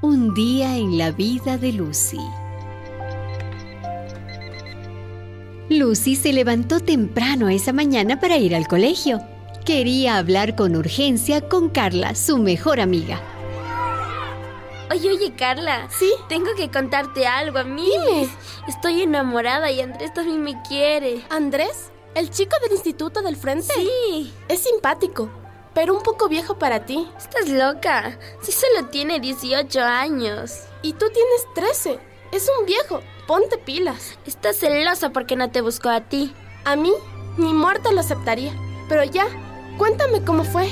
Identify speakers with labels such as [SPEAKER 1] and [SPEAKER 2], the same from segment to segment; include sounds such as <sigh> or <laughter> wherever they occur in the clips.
[SPEAKER 1] Un día en la vida de Lucy. Lucy se levantó temprano esa mañana para ir al colegio. Quería hablar con urgencia con Carla, su mejor amiga.
[SPEAKER 2] Oye, oye, Carla.
[SPEAKER 3] ¿Sí?
[SPEAKER 2] Tengo que contarte algo, mí.
[SPEAKER 3] Dime.
[SPEAKER 2] Estoy enamorada y Andrés también me quiere.
[SPEAKER 3] Andrés, el chico del instituto del frente.
[SPEAKER 2] Sí.
[SPEAKER 3] Es simpático, pero un poco viejo para ti.
[SPEAKER 2] Estás loca. Si solo tiene 18 años.
[SPEAKER 3] Y tú tienes 13. Es un viejo. Ponte pilas.
[SPEAKER 2] Estás celosa porque no te buscó a ti.
[SPEAKER 3] A mí, ni muerta lo aceptaría. Pero ya, cuéntame cómo fue.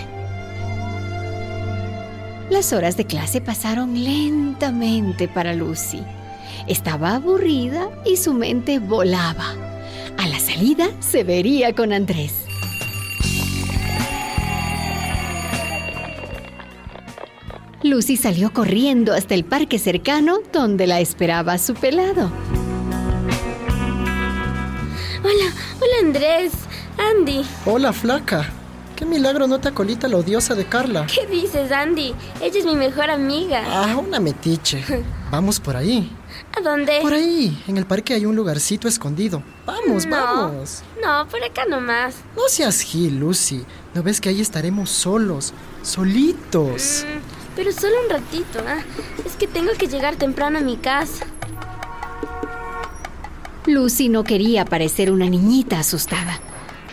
[SPEAKER 1] Las horas de clase pasaron lentamente para Lucy. Estaba aburrida y su mente volaba. A la salida se vería con Andrés. Lucy salió corriendo hasta el parque cercano donde la esperaba su pelado.
[SPEAKER 2] Hola, hola Andrés. Andy.
[SPEAKER 4] Hola, flaca. Qué milagro no te acolita la odiosa de Carla.
[SPEAKER 2] ¿Qué dices, Andy? Ella es mi mejor amiga.
[SPEAKER 4] Ah, una
[SPEAKER 2] <laughs>
[SPEAKER 4] metiche. Vamos por ahí.
[SPEAKER 2] ¿A dónde?
[SPEAKER 4] Por ahí, en el parque hay un lugarcito escondido. Vamos,
[SPEAKER 2] No.
[SPEAKER 4] vamos.
[SPEAKER 2] No, por acá nomás.
[SPEAKER 4] No seas gil, Lucy. ¿No ves que ahí estaremos solos? Solitos.
[SPEAKER 2] Mm, Pero solo un ratito, ¿ah? Es que tengo que llegar temprano a mi casa.
[SPEAKER 1] Lucy no quería parecer una niñita asustada,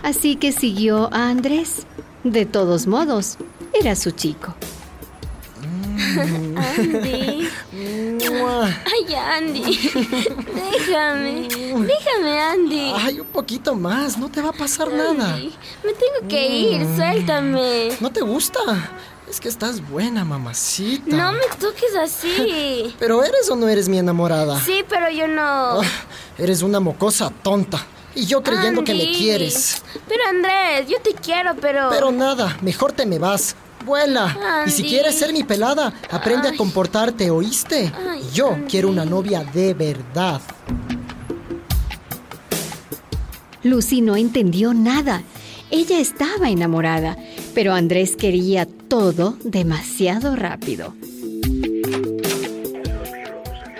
[SPEAKER 1] así que siguió a Andrés. De todos modos, era su chico.
[SPEAKER 2] Andy.
[SPEAKER 4] Mua.
[SPEAKER 2] Ay, Andy. <laughs> Déjame.
[SPEAKER 4] Mm.
[SPEAKER 2] Déjame, Andy.
[SPEAKER 4] Ay, un poquito más. No te va a pasar nada.
[SPEAKER 2] Andy, Me tengo que ir.
[SPEAKER 4] Mm.
[SPEAKER 2] Suéltame.
[SPEAKER 4] ¿No te gusta? Es que estás buena, mamacita.
[SPEAKER 2] No me toques
[SPEAKER 4] <laughs>
[SPEAKER 2] así.
[SPEAKER 4] ¿Pero eres o no eres mi enamorada?
[SPEAKER 2] Sí, pero yo no.
[SPEAKER 4] Ah, eres una mocosa tonta. Y yo creyendo que me
[SPEAKER 2] Andy.
[SPEAKER 4] quieres.
[SPEAKER 2] Pero Andrés, yo te quiero, pero.
[SPEAKER 4] Pero nada, mejor te me vas. Vuela. Y si
[SPEAKER 2] Andy.
[SPEAKER 4] quieres ser mi pelada, aprende a comportarte, ¿oíste?
[SPEAKER 2] Ay,
[SPEAKER 4] Yo quiero una novia de verdad.
[SPEAKER 1] Lucy no entendió nada. Ella estaba enamorada, pero Andrés quería todo demasiado rápido.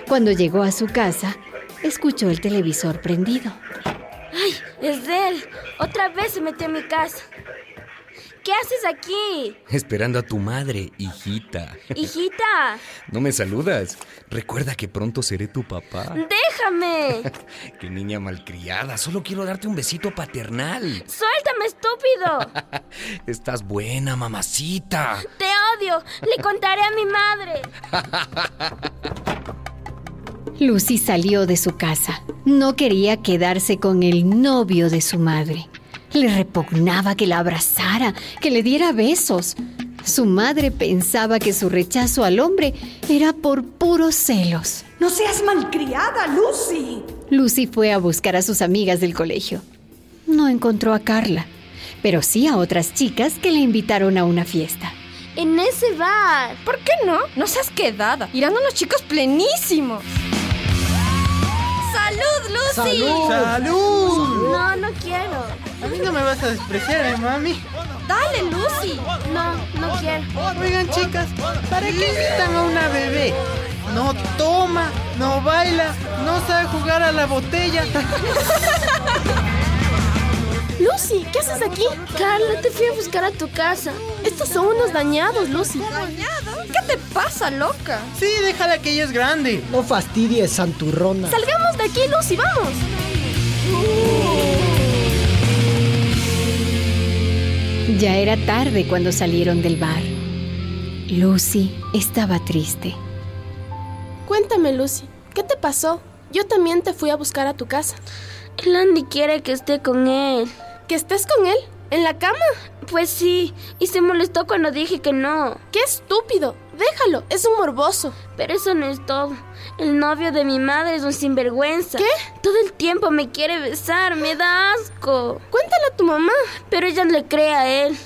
[SPEAKER 1] Cuando llegó a su casa, escuchó el televisor prendido.
[SPEAKER 2] Ay, es de él. Otra vez se metió a mi casa. ¿Qué haces
[SPEAKER 4] <laughs>
[SPEAKER 2] aquí,
[SPEAKER 5] Esperando a tu madre, hijita.
[SPEAKER 2] hijita?
[SPEAKER 5] No me saludas. Recuerda que pronto seré tu papá.
[SPEAKER 2] Déjame.
[SPEAKER 5] Qué niña malcriada. Solo quiero darte un besito paternal.
[SPEAKER 2] Suéltame, estúpido.
[SPEAKER 5] Estás buena, mamacita.
[SPEAKER 2] Te odio. Le contaré a mi madre.
[SPEAKER 1] Lucy salió de su casa. No quería quedarse con el novio de su madre. Le repugnaba que la abrazara, que le diera besos. Su madre pensaba que su rechazo al hombre era por puros celos.
[SPEAKER 6] No seas malcriada, Lucy.
[SPEAKER 1] Lucy fue a buscar a sus amigas del colegio. No encontró a Carla, pero sí a otras chicas que le invitaron a una fiesta.
[SPEAKER 2] En ese bar.
[SPEAKER 7] ¿Por qué no? No seas quedada. Irán unos chicos plenísimos. ¡Salud, Lucy!
[SPEAKER 4] ¡Salud!
[SPEAKER 8] ¡Salud!
[SPEAKER 2] No, no quiero.
[SPEAKER 8] A mí no me vas a despreciar, ¿eh, mami.
[SPEAKER 7] ¡Dale, Lucy!
[SPEAKER 2] No, no quiero.
[SPEAKER 8] Oigan, chicas, ¿para qué invitan a una bebé? No toma, no baila, no sabe jugar a la botella.
[SPEAKER 3] Lucy, ¿qué haces aquí?
[SPEAKER 2] Carla, te fui a buscar a tu casa.
[SPEAKER 3] Estos son unos dañados, Lucy.
[SPEAKER 7] ¿Qué te pasa, loca?
[SPEAKER 8] Sí, déjala que ella es grande.
[SPEAKER 4] No fastidies, santurrona.
[SPEAKER 3] Salgamos de aquí, Lucy, vamos.
[SPEAKER 1] Ya era tarde cuando salieron del bar. Lucy estaba triste.
[SPEAKER 3] Cuéntame, Lucy, ¿qué te pasó? Yo también te fui a buscar a tu casa.
[SPEAKER 2] El Andy quiere que esté con él.
[SPEAKER 3] ¿Que estés con él? ¿En la cama?
[SPEAKER 2] Pues sí, y se molestó cuando dije que no.
[SPEAKER 3] ¡Qué estúpido! Déjalo, es un morboso.
[SPEAKER 2] Pero eso no es todo. El novio de mi madre es un sinvergüenza.
[SPEAKER 3] ¿Qué?
[SPEAKER 2] Todo el tiempo me quiere besar, me da asco.
[SPEAKER 3] Cuéntale a tu mamá.
[SPEAKER 2] Pero ella le cree a él.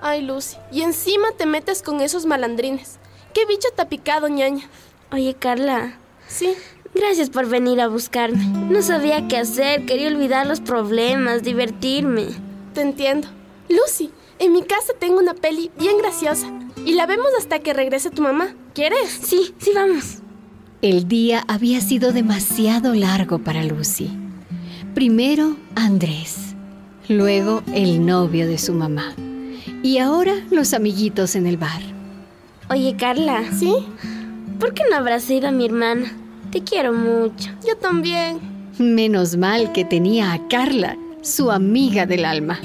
[SPEAKER 3] Ay, Lucy, y encima te metes con esos malandrines. ¡Qué bicho te ha picado, ñaña!
[SPEAKER 2] Oye, Carla,
[SPEAKER 3] Sí,
[SPEAKER 2] gracias por venir a buscarme. No sabía qué hacer, quería olvidar los problemas, divertirme.
[SPEAKER 3] te entiendo. Lucy, en mi casa tengo una peli bien graciosa. Y la vemos hasta que regrese tu mamá. ¿Quieres?
[SPEAKER 2] Sí, sí, vamos.
[SPEAKER 1] El día había sido demasiado largo para Lucy. Primero Andrés, luego el novio de su mamá y ahora los amiguitos en el bar.
[SPEAKER 2] Oye, Carla,
[SPEAKER 3] ¿Sí?
[SPEAKER 2] ¿por qué no habrás ido a mi hermana? Te quiero mucho.
[SPEAKER 3] Yo también.
[SPEAKER 1] Menos mal que tenía a Carla, su amiga del alma.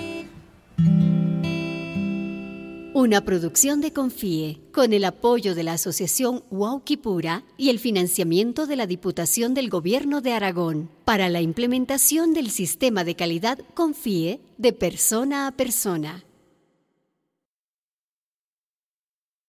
[SPEAKER 1] Una producción de Confíe, con el apoyo de la Asociación Huauquipura y el financiamiento de la Diputación del Gobierno de Aragón para la implementación del sistema de calidad Confíe de persona a persona.